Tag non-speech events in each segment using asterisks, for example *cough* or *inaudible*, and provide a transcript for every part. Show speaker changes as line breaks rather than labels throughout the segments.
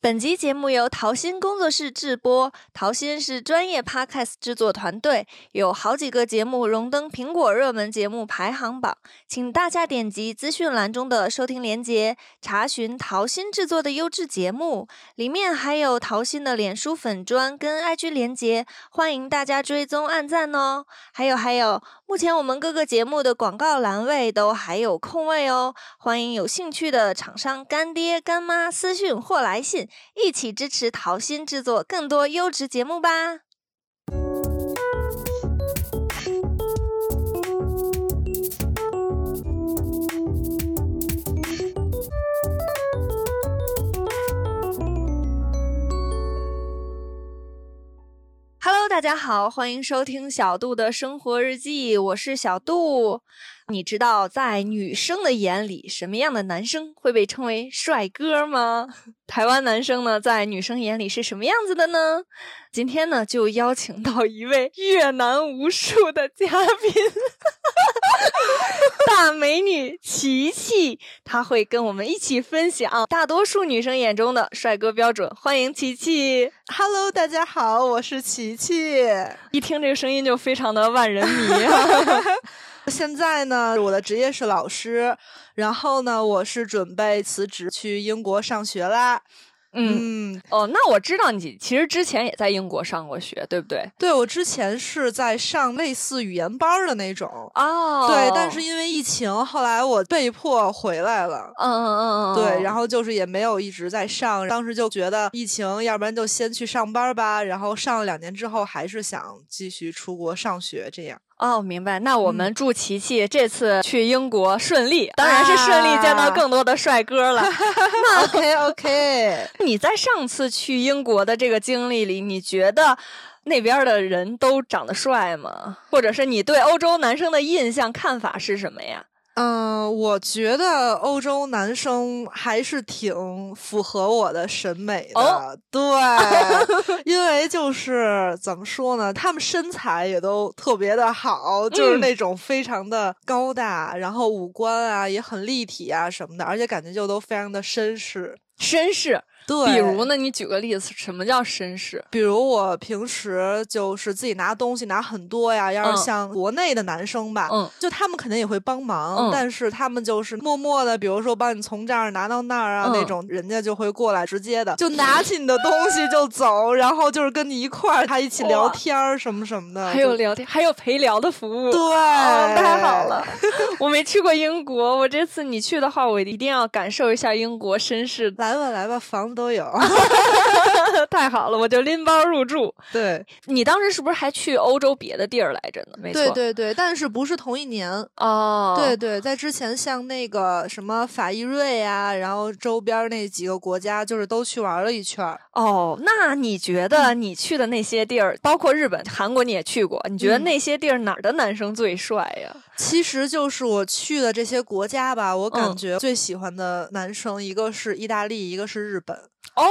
本集节目由桃心工作室制播，桃心是专业 podcast 制作团队，有好几个节目荣登苹果热门节目排行榜，请大家点击资讯栏中的收听链接，查询桃心制作的优质节目，里面还有桃心的脸书粉砖跟 IG 连接，欢迎大家追踪按赞哦。还有还有，目前我们各个节目的广告栏位都还有空位哦，欢迎有兴趣的厂商干爹干妈私讯或来信。一起支持桃心制作更多优质节目吧！Hello，大家好，欢迎收听小杜的生活日记，我是小杜。你知道在女生的眼里，什么样的男生会被称为帅哥吗？台湾男生呢，在女生眼里是什么样子的呢？今天呢，就邀请到一位越南无数的嘉宾， *laughs* 大美女琪琪，她会跟我们一起分享大多数女生眼中的帅哥标准。欢迎琪琪！
Hello，大家好，我是琪琪。
一听这个声音就非常的万人迷啊！ *laughs*
现在呢，我的职业是老师，然后呢，我是准备辞职去英国上学啦。
嗯，
嗯，
哦，那我知道你其实之前也在英国上过学，对不对？
对我之前是在上类似语言班儿的那种，
哦
对，但是因为疫情，后来我被迫回来了。
嗯嗯嗯嗯，
对，然
后
后就是也没有一直在上，当时就觉得疫情，要不然就先去上班吧。然后上了两年之后，还是想继续出国上学这样。
哦，明白。那我们祝琪琪这次去英国顺利，当然是顺利见到更多的帅哥了。 *laughs*
*laughs* OK OK，
你在上次去英国的这个经历里，你觉得那边的人都长得帅吗？或者是你对欧洲男生的印象看法是什么呀？
嗯，我觉得欧洲男生还是挺符合我的审美的，
哦 *laughs*
对，因为就是怎么说呢，他们身材也都特别的好，就是
嗯
那种非常的高大，然后五官啊也很立体啊什么的，而且感觉就都非常的绅士。
绅士，
对，
比如呢？你举个例子，什么叫绅士？
比如我平时就是自己拿东西拿很多呀，要
嗯
是像国内的男生吧，
嗯
就他们肯定也会帮忙，
嗯
但是他们就是默默的，比如说帮你从这儿拿到那儿啊、
嗯
那种，人家就会过来直接的就拿起你的东西就走，然后就是跟你一块儿，他一起聊
哇
天儿什么什么的，
还有
就
聊天，还有陪聊的服务。
对、
哦，太好了！ *laughs* 我没去过英国，我这次你去的话，我一定要感受一下英国绅士的。
来吧来吧，房子都有， *laughs*
太好了，我就拎包入住。
对
你当时是不是还去欧洲别的地儿来着呢？没错，
对对对，但是不是同一年。
哦，
对对，在之前像那个什么法意瑞啊，然后周边儿那几个国家，就是都去玩了一圈儿。
哦，那你觉得
嗯
你去的那些地儿，包括日本、韩国，你也去过，你觉得
嗯
那些地儿哪儿的男生最帅呀？
其实就是我去的这些国家吧，我感
嗯
觉最喜欢的男生一个是意大利，一个是日本。
哦，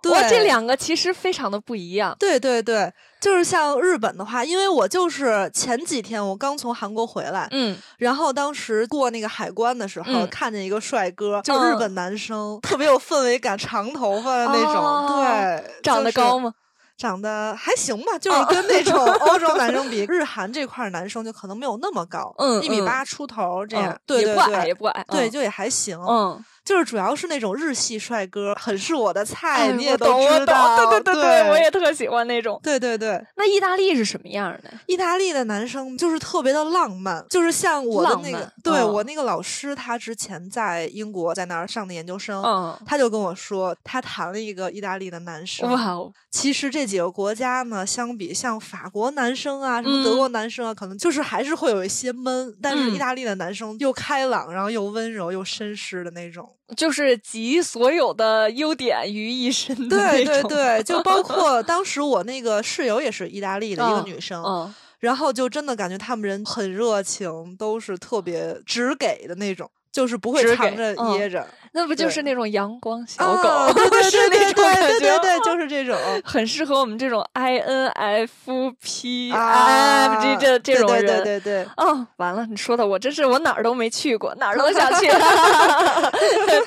对，
哇，这两个其实非常的不一样。
对对对，就是像日本的话，因为我就是前几天我刚从韩国回来，
嗯，
然后当时过那个海关的时候，
嗯
看见一个帅哥，就是日
嗯
本男生，特别有氛围感，长头发的那种，
哦
对，
长得
就是嗯
高吗？
长得还行吧，
哦
就是跟那
*laughs*
种欧洲男生比，日韩这块儿男生就可能没有那么高，
嗯
一米
嗯
八出头这
嗯
样，对对
也不矮，也
对。
不矮。
对，
嗯
就也还行，
嗯，
就是主要是那种日系帅哥，很是我的菜，
哎
你
我
也都
懂我
知道。
懂对
对
对对，我也特喜欢那种。
对对对。
那意大利是什么样儿的？
意大利的男生就是特别的浪漫，就是像我的
浪
那个
漫，
对、
嗯
我那个老师，他之前在英国在那儿上的研究生，
嗯，
他就跟我说，他谈了一个意大利的男生，
哇哦，
其实这几个国家呢，相比像法国男生啊，什么
嗯
德国男生啊，可能就是还是会有一些闷，但是
嗯
意大利的男生又开朗，然后又温柔又绅士的那
*laughs*
种。
就是集所有的优点于一身的
对
那
对
种
对，
*laughs*
就包括当时我那个室友也是意大利的一个
嗯
女生，
嗯，
然后就真的感觉他们人很热情，都是特别直给的那种。就是不会
直
藏
给
着
嗯
掖着，
那不就是
对
那种阳光小狗，
啊对
*laughs*
对
是
对
那
对
种感
对对
觉，
对，就是是这
*laughs*
种
很适合我们这种 INFP、
啊
INFJ 哎这这种
对
人。
对对对对，
哦，完了，你说的我真是我哪儿都没去过，哪儿都想
*laughs*
去。 *laughs*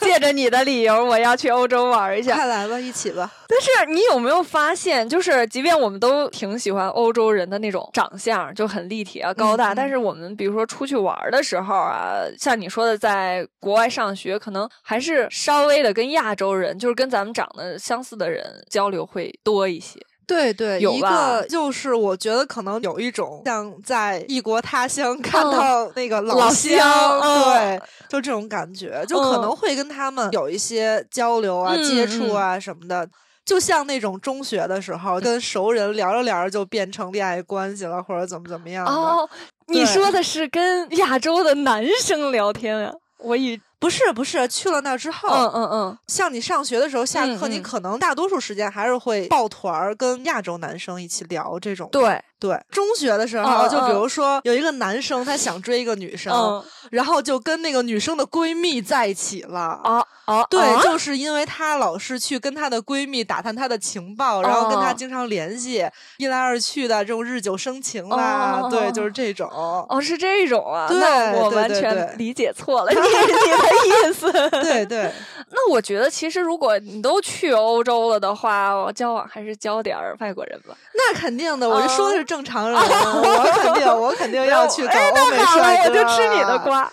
借着你的理由，我要去欧洲玩一下。
快来吧，一起吧。
但是你有没有发现，就是即便我们都挺喜欢欧洲人的那种长相，就很立体啊、高大，
嗯
但是我们比如说出去玩儿的时候啊，像你说的，在国外上学，可能还是稍微的跟亚洲人，就是跟咱们长得相似的人交流会多一些。
对对，
有
一
吧
个就是我觉得可能有一种像在异国他乡看
嗯
到那个
老
乡，
乡嗯
对，就这种感觉，就可
嗯
能会跟他们有一些交流啊、接触啊什么的。就像那种中学的时候，跟熟人聊着聊着就变成恋爱关系了，或者怎么怎么样的。
哦，你
对
说的是跟亚洲的男生聊天啊？我以
不是不是，去了那儿之后，
嗯嗯嗯，
像你上学的时候下
嗯
课，你
嗯
可能大多数时间还是会抱团儿跟亚洲男生一起聊这种。
对，
对，中学的时
嗯
候，
嗯
就比
嗯
如说有一个男生他想追一个女生，
嗯
然后就跟那个女生的闺蜜在一起了。
啊啊，
对，
啊
就是因为她老是去跟她的闺蜜打探她的情报，然后跟她
哦
经常联系，一来二去的这种日久生情啦，
哦
对，就是这种。
*laughs* 哦，是这种啊，
对
那我
对
完
对对
全理解错
*laughs*
了你你的意思。
对对，
那我觉得，其实如果你都去欧洲了的话，我交往还是交点儿外国人吧。
那肯定的，我就说的
哦
是正常人，我肯定，我肯定要去找
哎
欧美
那好了
帅，
我
哥啊
就吃你的
了，
瓜。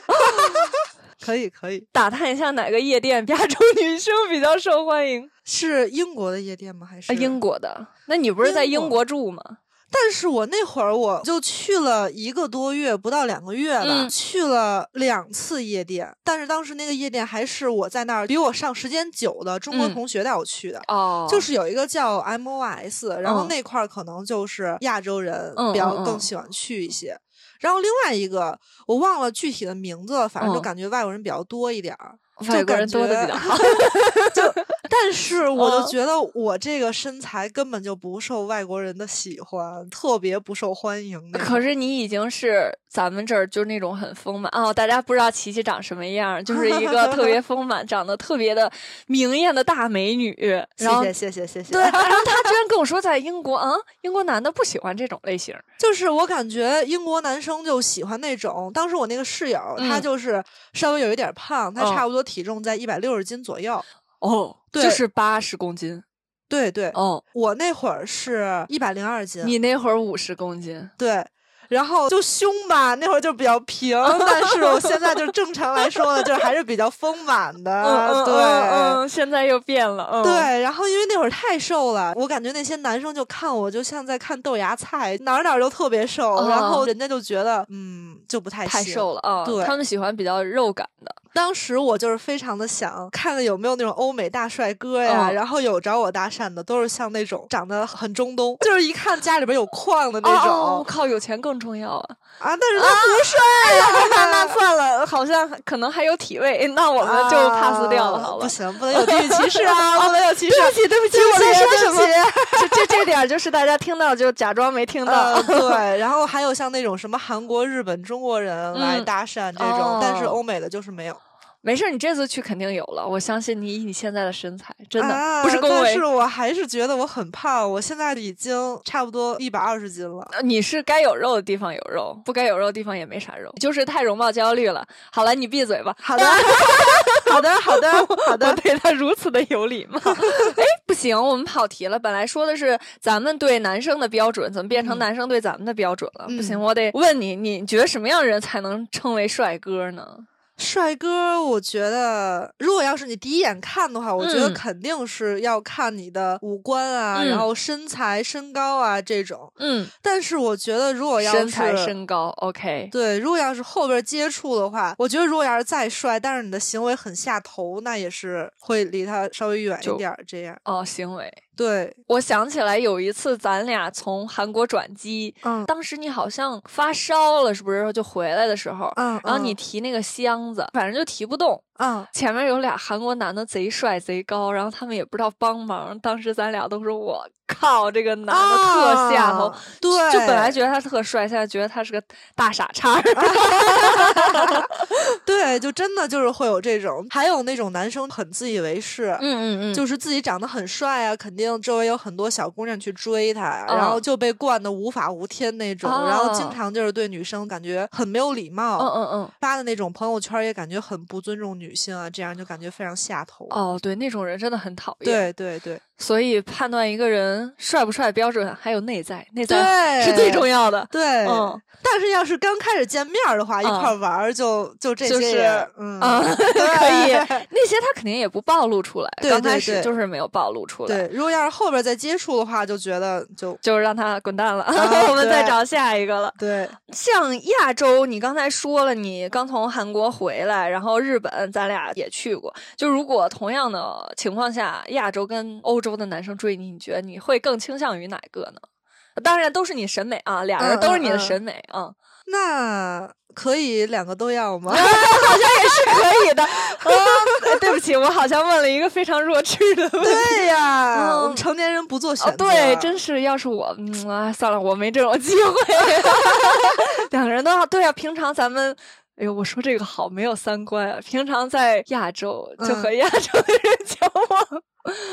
可以可以，
打探一下哪个夜店亚洲女生比较受欢迎？
是英国的夜店吗？还是
啊，英国的。那你不是在
英
英
国
国住吗？
但是我那会儿我就去了一个多月，不到两个月吧，
嗯
去了两次夜店。但是当时那个夜店还是我在那儿比我上时间久的中国
嗯
同学带我去的。
哦，
就是有一个叫 MOS，然后
嗯
那块儿可能就是亚洲人
嗯
比较
嗯嗯
更喜欢去一些，然后另外一个我忘了具体的名字，反正就
嗯
感觉外国人比较多一点儿，
哦外
就
国
感
人多的比
觉
较好。 *laughs*
但是我就
嗯
觉得我这个身材根本就不受外国人的喜欢，特别不受欢迎 *laughs* 那种。
可是你已经是咱们这儿就是那种很丰满哦，大家不知道琪琪长什么样儿，就是一个特别丰满、长得特别的明艳的大美
*laughs*
女。
谢
然后
谢谢谢谢
*laughs*
谢。
对，然啊后她居然跟我说在英国啊，英国男的不喜欢这种类型儿。
*laughs* 就是我感觉英国男生就喜欢那种，当时我那个室友、他
嗯
就是稍微有一点胖，他
嗯
差不多体重在一百六十斤左右。
哦，
对
就是八十公斤。
对对，
哦，
我那会儿是一百零二斤。
你那会儿五十公斤。
对。然后就胸吧，那会儿就比较平，
嗯
但是我现在就正常来说呢，就是还是比较丰满的，
嗯
对，
嗯嗯，现在又变了。嗯，
对，然后因为那会儿太瘦了，我感觉那些男生就看我就像在看豆芽菜，哪儿哪儿都特别瘦，然后
哦
人家就觉得嗯就不太
太
行
瘦了啊。
对
他们喜欢比较肉感的。
当时我就是非常的想看看有没有那种欧美大帅哥呀，
嗯
然后有找我搭讪的都是像那种长得很中东，就是一看家里边有矿的那种、
哦，我靠，有钱更重要啊！
啊，但是他不帅
哎那
呀、
*laughs* 那算了，好像可能还有体味，那我们就 pass 掉了，
啊
好了。哦
不行，不能有地域歧视
*laughs*
啊，不能有歧视。
对不起，对不起， *laughs*
对不
我在
起
说
对
什
不
么
起？
这这这点儿就是大家听到就假装没听到
呃，。对，然后还有像那种什么韩国、日本、中国人来
嗯
搭讪这种，但是
哦
欧美的就是没有。
没事儿，你这次去肯定有了，我相信你以你现在的身材，真的、
啊、
不是恭
但
维
是。我还是觉得我很胖，我现在已经差不多一百二十斤了。
呃你是该有肉的地方有肉，不该有肉的地方也没啥肉，就是太容貌焦虑了。好了，你闭嘴吧。 *laughs*
好的，好的，好的，好
我
的。
对他如此的有礼貌。 *laughs* 哎，不行，我们跑题了。本来说的是咱们对男生的标准，怎么变成
嗯
男生对咱们的标准了？不行，
嗯
我得问你，你觉得什么样的人才能称为帅哥呢？
*laughs* 帅哥，我觉得如果要是你第一眼看的话，我觉得
嗯
肯定是要看你的五官啊，
嗯
然后身材、身高啊这种。
嗯，
但是我觉得如果要是
身材、身高，OK。
对，如果要是后边接触的话，我觉得如果要是再帅，但是你的行为很下头，那也是会离他稍微远
就
一点儿。这样，
哦，行为。
对，
我想起来有一次咱俩从韩国转机，
嗯
当时你好像发烧了，是不是？就回来的时候，
嗯，
然后你
嗯
提那个箱子，反正就提不动。
嗯，
前面有俩韩国男的贼帅贼高，然后他们也不知道帮忙，当时咱俩都说我靠，这个男的特下头，
啊对，
就本来觉得他特帅，现在觉得他是个大傻叉。
对，就真的就是会有这种，还有那种男生很自以为是，
*laughs* 嗯嗯嗯，
就是自己长得很帅啊，肯定周围有很多小姑娘去追他，啊然后
哦
就被惯得无法无天那种，然后经
哦
常就是对女生感觉很没有礼貌，
嗯嗯嗯。
发的那种朋友圈也感觉很不尊重女性啊，这样就感觉非常下头。
哦，对，那种人真的很讨厌。，
对对对
所以判断一个人帅不帅的标准还有内在，内在
对，
是最重要的。
对，
嗯，
但是要是刚开始见面儿的话，一
嗯
块儿玩儿就就这
就
些
是
人，嗯，
啊可以
对，
那些他肯定也不暴露出来，
对
刚
对
开始
对
就是没有暴露出来，
对，如果要是后边再接触的话，就觉得就
就是让他滚蛋了，
啊
*laughs* 我们再
对
找下一个了。
对，
像亚洲，你刚才说了，你刚从韩国回来，然后日本，咱俩也去过。就如果同样的情况下，亚洲跟欧洲的男生追你，你觉得你会更倾向于哪个呢？当然都是你审美啊，俩人
嗯
都是你的
嗯嗯
审美啊，
那可以两个都要吗？ *laughs*
可以的。 *laughs*
嗯
啊对不起，我好像问了一个非常弱智的问题。
对呀，
*laughs*
我
嗯
们成年人不做选
哦，
择，
对，真是，要是我，嗯啊，算了，我没这种机会。 *laughs* 两个人都好，对啊，平常咱们，哎呦，我说这个好没有三观啊。平常在亚洲就
嗯
和亚洲的人交往，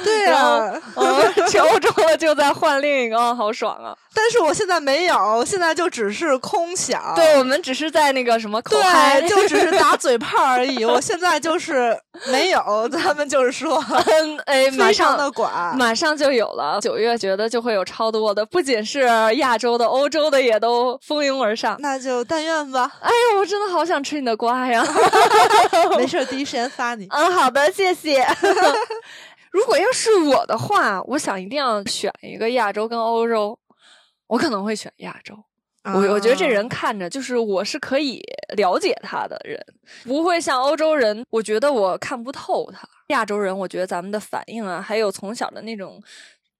对
然
呀。
嗯，去欧洲了就再换另一个，哦，好爽啊！
但是我现在没有，现在就只是空想，
对，我们只是在那个什么口嗨，
哦对，就只是
*laughs*
打嘴炮而已。我现在就是没有，他们就是说
嗯，哎，马
*laughs* 非常
上
的寡，
马上就有了，九月觉得就会有超多的，不仅是亚洲的、欧洲的也都蜂拥而上。
那就但愿吧。
哎呦，我真的好想吃你的瓜呀！哦
没事儿，第一时间发你。
嗯，好的，谢谢。 *laughs* 如果要是我的话，我想一定要选一个亚洲跟欧洲，我可能会选亚洲。
啊
我我觉得这人看着就是我是可以了解他的人，不会像欧洲人，我觉得我看不透他。亚洲人，我觉得咱们的反应啊，还有从小的那种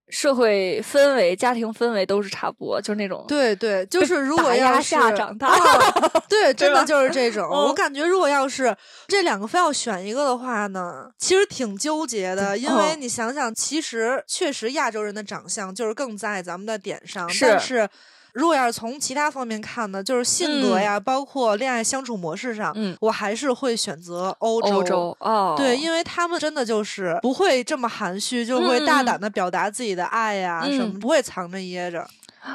社会氛围、家庭氛围都是差不多，就是那种
对对，就是如
打
果
压
要是
下长大
啊
*laughs*
对，真
吧
的就是这种。
嗯
我感觉如果要是这两个非要选一个的话呢，其实挺纠结的，因为
嗯
你想想，其实确实亚洲人的长相就是更在咱们的点上，
是
但是。如果要是从其他方面看呢，就是性格呀，包括恋爱相处模式上，
嗯
我还是会选择欧洲。
欧洲哦，
对，因为他们真的就是不会这么含蓄，就会
嗯
大
嗯
胆的表达自己的爱呀、什
嗯
么，不会藏着掖着。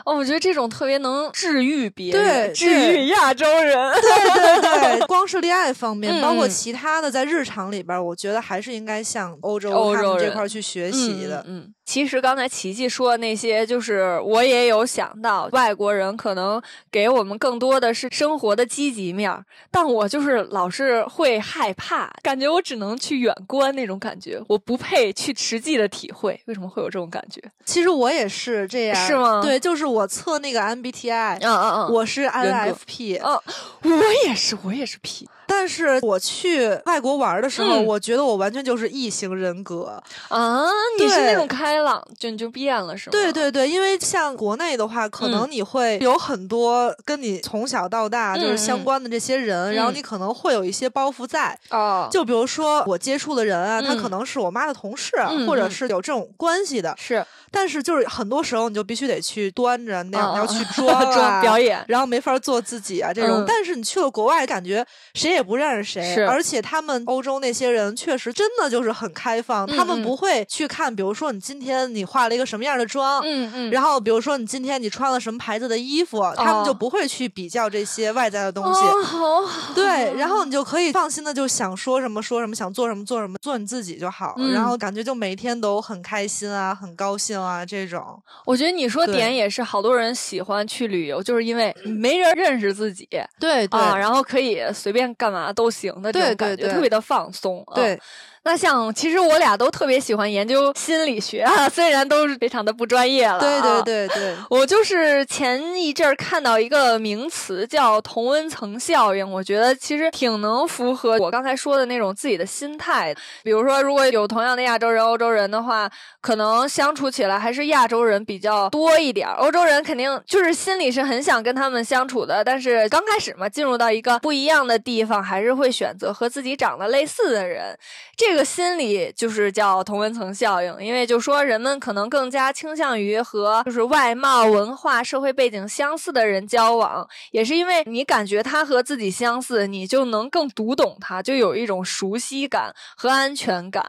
哦，我觉得这种特别能治愈别人，
对
治愈亚洲人。
对对对，光是恋爱方面，包括
嗯嗯
其他的，在日常里边儿，我觉得还是应该向欧洲
欧
他
洲
们这
人
块儿去学习的。
嗯。嗯嗯其实刚才琪琪说的那些，就是我也有想到，外国人可能给我们更多的是生活的积极面儿，但我就是老是会害怕，感觉我只能去远观那种感觉，我不配去实际的体会。为什么会有这种感觉？
其实我也是这样，
是吗
对，就是我测那个 MBTI，、
嗯嗯我
我是
格
INFP，、
哦，我也是，我也是 P
但是我去外国玩儿的时候，
嗯
我觉得我完全就是异型人格。
啊！你是那
对
种开朗，就你就变了是吗？嗯
对对对，因为像国内的话，可能你会有很多跟你从小到大就是
嗯嗯
相关的这些人，然后
嗯
你可能会有一些包袱在。
哦，
就比如说我接触的人啊，他可
嗯
能是我妈的同事，啊
嗯
或者
嗯
是有这种关系的，
是
但是就是很多时候你就必须得去端着那样，
啊
你要去装、啊、
*laughs* 装表演
然后没法做自己啊这种。
嗯
但是你去了国外，感觉谁也不认识
是
谁，而且他们欧洲那些人确实真的就是很开放，他
嗯嗯
们不会去看，比如说你今天你化了一个什么样的妆。
嗯嗯，
然后，比如说你今天你穿了什么牌子的衣服，他们就不会去比较这些外在的东西，
哦，好好，
对，然
哦
后你就可以放心的就想说什么说什么，想做什么做什么，做你自己就好，
嗯
然后感觉就每天都很开心啊，很高兴啊这种。
我觉得你说
对
点也是，好多人喜欢去旅游，就是因为没人认识自己
对
哦啊，然后可以随便干嘛都行的这种
对
感
对
觉，
对
特别的放松。啊。
对
那像其实我俩都特别喜欢研究心理学啊，虽然都是非常的不专业了、啊。
对对对对，
我就是前一阵儿看到一个名词叫同温层效应，我觉得其实挺能符合我刚才说的那种自己的心态。比如说，如果有同样的亚洲人、欧洲人的话，可能相处起来还是亚洲人比较多一点，欧洲人肯定就是心里是很想跟他们相处的，但是刚开始嘛，进入到一个不一样的地方，还是会选择和自己长得类似的人。这个心理就是叫同温层效应，因为就说人们可能更加倾向于和就是外貌、文化、社会背景相似的人交往，也是因为你感觉他和自己相似，你就能更读懂他，就有一种熟悉感和安全感。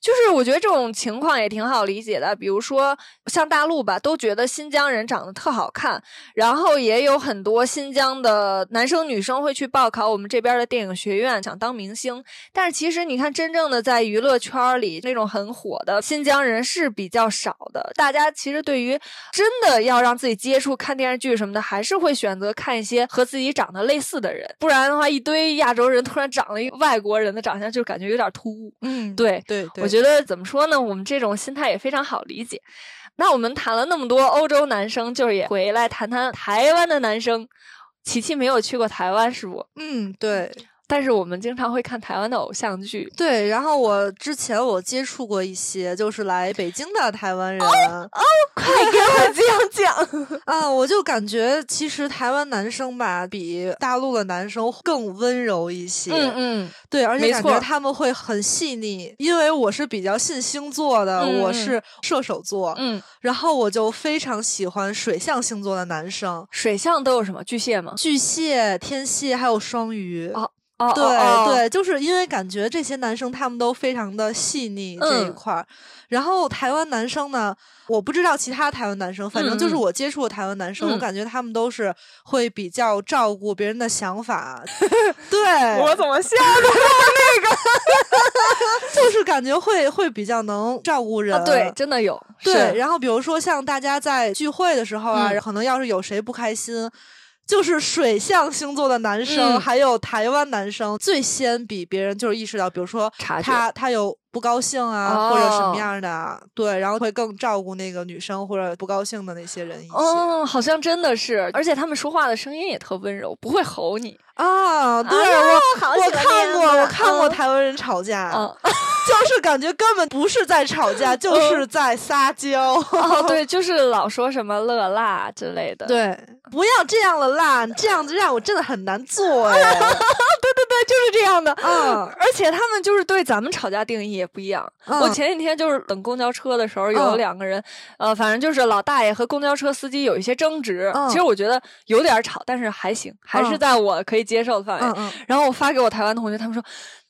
就是我觉得这种情况也挺好理解的，比如说像大陆吧，都觉得新疆人长得特好看，然后也有很多新疆的男生女生会去报考我们这边的电影学院，想当明星。但是其实你看，真正的在娱乐圈里那种很火的新疆人是比较少的。大家其实对于真的要让自己接触看电视剧什么的，还是会选择看一些和自己长得类似的人，不然的话，一堆亚洲人突然长了一个外国人的长相，就感觉有点突兀。
嗯，
对
对对，
我觉得怎么说呢？我们这种心态也非常好理解。那我们谈了那么多欧洲男生，就是也回来谈谈台湾的男生。琪琪没有去过台湾，是不？
嗯，对。
但是我们经常会看台湾的偶像剧，
对。然后我之前我接触过一些，就是来北京的台湾人。
哦，哦快给我 *laughs* 讲
讲啊！我就感觉其实台湾男生吧，比大陆的男生更温柔一些。
嗯嗯，
对，而且感
觉
他们会很细腻。因为我是比较信星座的，
嗯、
我是射手座，
嗯，
然后我就非常喜欢水象星座的男生。
水象都有什么？巨蟹吗？
巨蟹、天蝎还有双鱼。
哦。
对对
哦哦哦，
就是因为感觉这些男生他们都非常的细腻这一
嗯
块儿，然后台湾男生呢，我不知道其他台湾男生，反正就是
嗯嗯
我接触的台湾男生，我
嗯
感觉他们都是会比较照顾别人的想法，对，
我怎么笑？
就是感觉会会比较能照顾人，
啊，对，真的有。
对，
*laughs* 是，
然后比如说像大家在聚会的时候啊，
嗯
可能要是有谁不开心，就是水象星座的男生、
嗯
还有台湾男生最先比别人就是意识到，比如说
察觉
他他有不高兴啊、或者什
哦
么样的啊，对，然后会更照顾那个女生或者不高兴的那些人一些、
哦，好像真的是，而且他们说话的声音也特温柔，不会吼你。
啊，对
啊
我。
好
我
喜欢这
看
样
过，
子
我看过
嗯
台湾人吵架，
嗯
就是感觉根本不是在吵架，就是在撒娇。
*laughs* 哦，对，就是老说什么乐辣之类的。
对，不要这样了啦！你这样子让我真的很难做
*laughs*
哎。
对，就是这样的。
嗯
而且他们就是对咱们吵架定义也不一样。我
嗯
前几天就是等公交车的时候，有
嗯
两个人，呃，反正就是老大爷和公交车司机有一些争执。
嗯
其实我觉得有点吵，但是还行，还是
嗯
在我可以接受的范围。
嗯嗯，
然后我发给我台湾同学，他们说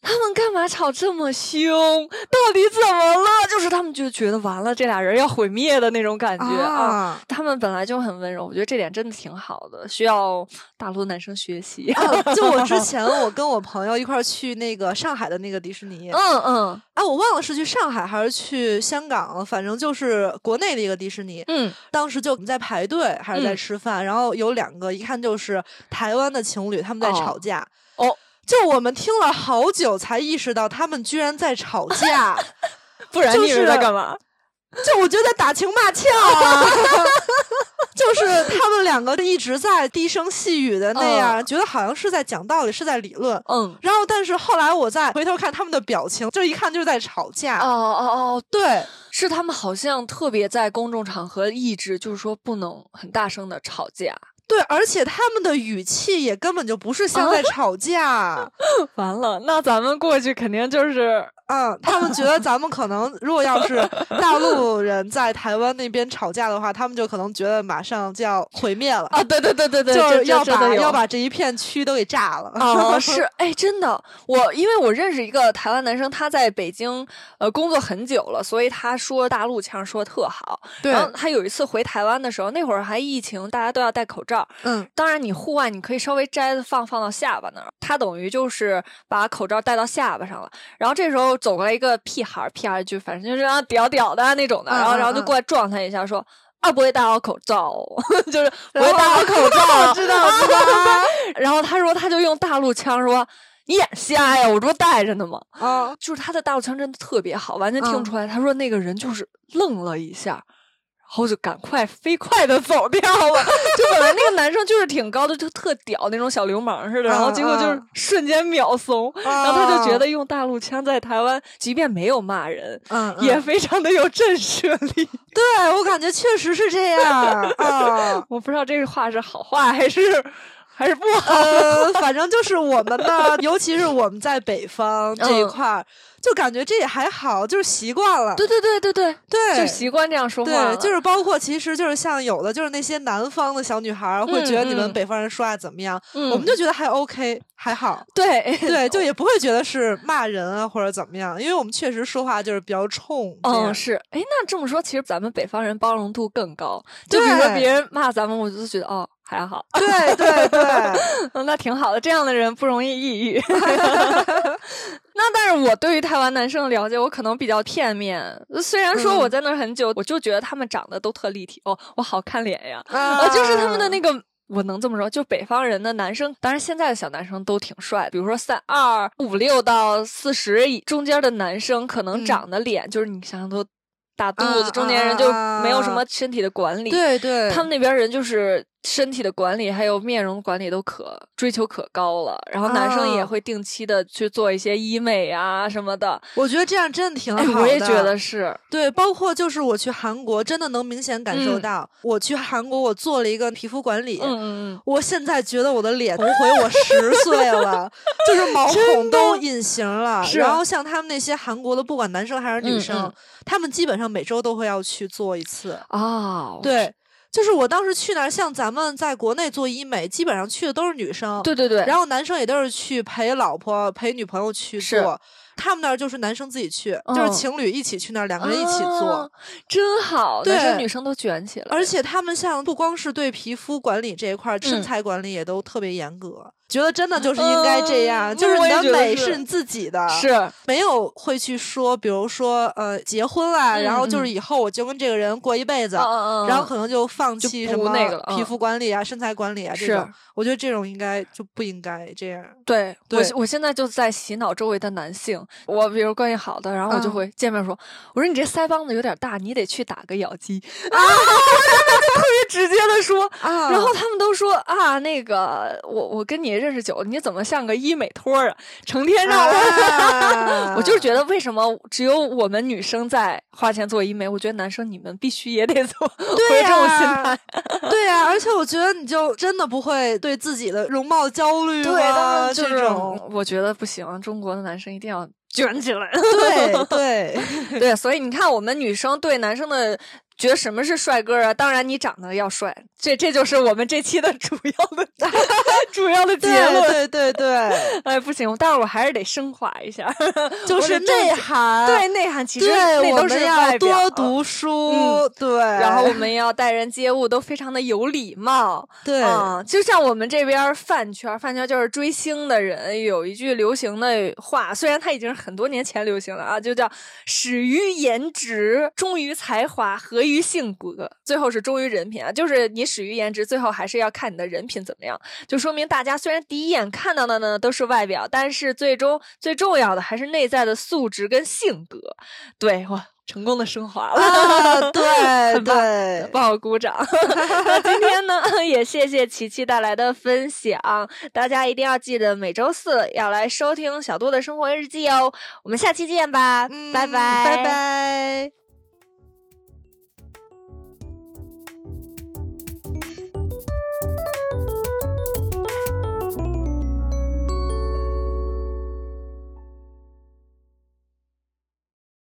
他们干嘛吵这么凶？到底怎么了？就是他们就觉得完了，这俩人要毁灭的那种感觉啊。
*laughs* 啊，
他们本来就很温柔，我觉得这点真的挺好的，需要大陆男生学习。 *laughs*
啊就我之前我跟我朋友一块儿去那个上海的那个迪士
*laughs*
尼，
嗯嗯
啊，我忘了是去上海还是去香港了，反正就是国内的一个迪士尼。
嗯，
当时就我们在排队还是在
嗯
吃饭，然后有两个一看就是台湾的情侣，他们在
哦
吵架。
哦
就我们听了好久才意识到他们居然在吵架，
*laughs* 不然
就
你以为
是
在干嘛？
就我觉得在打情骂俏啊， *laughs* 就是他们两个一直在低声细语的那样，觉得好像是在讲道理，是在理论。
嗯，
然后，但是后来我再回头看他们的表情，就一看就是在吵架。
哦哦哦，
对，
是他们好像特别在公众场合抑制，就是说不能很大声的吵架。
对，而且他们的语气也根本就不是
嗯
像在吵架，
*laughs* 完了，那咱们过去肯定就是
嗯，他们觉得咱们可能如果要是大陆人在台湾那边吵架的话，他们就可能觉得马上就要毁灭了，
啊，对对对对对，
就是
这
要
这真
把
的有
要把这一片区都给炸了。
啊， *laughs* 是，哎，真的，我因为我认识一个台湾男生，他在北京呃工作很久了，所以他说大陆腔说得特好。
对
然后他有一次回台湾的时候，那会儿还疫情，大家都要戴口罩。
嗯，
当然，你户外你可以稍微摘的放放到下巴那儿。他等于就是把口罩戴到下巴上了。然后这时候走过来一个屁孩儿，屁孩儿就反正就是啊屌屌的啊那种的，
嗯
然后
嗯
然后就
嗯
过来撞他一下，说啊不会戴好口罩哦， *laughs* 就是不
我
会戴好口罩哦， *laughs*
知道知道。
然后他说，他就用大陆腔说：“你眼瞎呀？我这不带着呢吗？
啊，
就是他的大陆腔真的特别好，完全听不出来。他说那个人就是愣了一下，然后就赶快飞快的走掉了。 *laughs* 就本来那个男生就是挺高的，就特屌那种小流氓似的，然后结果就是
嗯
瞬间秒怂。
然
然后他就觉得用大陆腔在台湾，即便没有骂人，
嗯，嗯
也非常的有震慑力。 *laughs*
对我感觉确实是这样
*laughs*
啊。
我不知道这个话是好话还是还是不好。
呃，反正就是我们呢，尤其是我们在北方这一
嗯
块儿，就感觉这也还好，就是习惯了。
对对对对对，
对，
就习惯这样说话
对
了，
就是包括其实就是像有的就是那些南方的小女孩儿会觉得你
嗯嗯
们北方人说话怎么样，
嗯
我们就觉得还 OK 还好，
对
对，就也不会觉得是骂人啊或者怎么样，因为我们确实说话就是比较冲。这
嗯，
样
是，哎，那这么说，其实咱们北方人包容度更高。就比如说
对
别人骂咱们，我就觉得哦还好，*laughs*
*laughs* 对对对，
嗯那挺好的，这样的人不容易抑郁。 *laughs* 那但是我对于台湾男生的了解，我可能比较片面。呃虽然说我
嗯
在那儿很久，我就觉得他们长得都特立体哦，我好看脸呀，
啊
*laughs* 呃，就是他们的那个。我能这么说，就北方人的男生，当然现在的小男生都挺帅，比如说三二五六到四十以中间的男生，可能
嗯
长得脸、就是你想想都大肚子，
啊
中年人
啊
就
啊
没有什么身体的管理，
对对，
他们那边人就是身体的管理还有面容管理都可追求可高了，然后男生也
啊
会定期的去做一些医美啊什么的，
我觉得这样真的挺好
哎，
的。
我也觉得是，
对，包括就是我去韩国，真的能明显感受
嗯
到，我去韩国我做了一个皮肤管理，
嗯嗯
我现在觉得我的脸重回我十岁了，就是毛孔都隐形了。
是啊
然后像他们那些韩国的，不管男生还是女生，
嗯嗯
他们基本上每周都会要去做一次。
嗯，哦，
对，就是我当时去那儿，像咱们在国内做医美，基本上去的都是女生，
哦对对对，
然后男生也都是去陪老婆、陪女朋友去
是
做。他们那儿就是男生自己去，就是
嗯
情侣一起去那儿，两个人一起做。
啊真好，
对
男生女生都卷起来，
而且他们像不光是对皮肤管理这一块儿，
嗯
身材管理也都特别严格。觉得真的就是应该这样，
嗯
就是
我
你
也觉得
的美
是
是你自己的，
是
没有会去说，比如说呃结婚啦，
嗯
然后
嗯
就是以后我就跟这个人过一辈子，
嗯嗯嗯，
然后可能就放
就
弃
不
什么
那个了
皮
嗯
肤管理啊、身材管理啊这
是
种。我觉得这种应该就不应该这样。
对我
对
现我现在就在洗脑周围的男性，我比如关系好的，然后我就
嗯
会见面说，我说你这腮帮子有点大，你得去打个咬
*laughs*
肌啊，我就特别直接的说。
啊
然后他们都说啊，那个我我跟你认识久了，你怎么像个医美托儿啊？成天让我，
啊
*laughs* 我就是觉得为什么只有我们女生在花钱做医美？我觉得男生你们必须也得做， *laughs* 我
对
有这种心
呀
态。 *laughs*
对呀、而且我觉得你就真的不会对自己的容貌焦虑
对，啊
吗
他们就
这
是 *laughs*
种，
我觉得不行，中国的男生一定 *laughs* 要卷起来。 *laughs*
对对
对，所以你看，我们女生对男生的觉得什么是帅哥啊？当然，你长得要帅，这这就是我们这期的主要的主要的结论。
对对对对，
*laughs* 哎，不行，但是我还是得升华一 *laughs* 下，
就
我
是
得正
内
经。啊
涵。
对内涵，其实
对，
那
我
都是
们要
外表
多，读书。
嗯
对，
然后我们要待人接物都非常的有礼貌。
对、
啊，就像我们这边儿饭圈儿，饭圈儿就是追星的人有一句流行的话，虽然它已经是很多年前流行了啊，就叫“始于颜值，忠于才华，合于性格，最后是忠于人品”啊。就是你始于颜值，最后还是要看你的人品怎么样。就说明大家虽然第一眼看到的呢都是外表，但是最终最重要的还是内在的素质跟性格。对我成功的升华了。
啊，对
*laughs* 很棒
对，
帮我鼓掌。 *laughs* 那今天呢， *laughs* 也谢谢琪琪带来的分享，大家一定要记得每周四要来收听小杜的生活日记哦。我们下期见吧，
嗯
拜拜，
拜拜。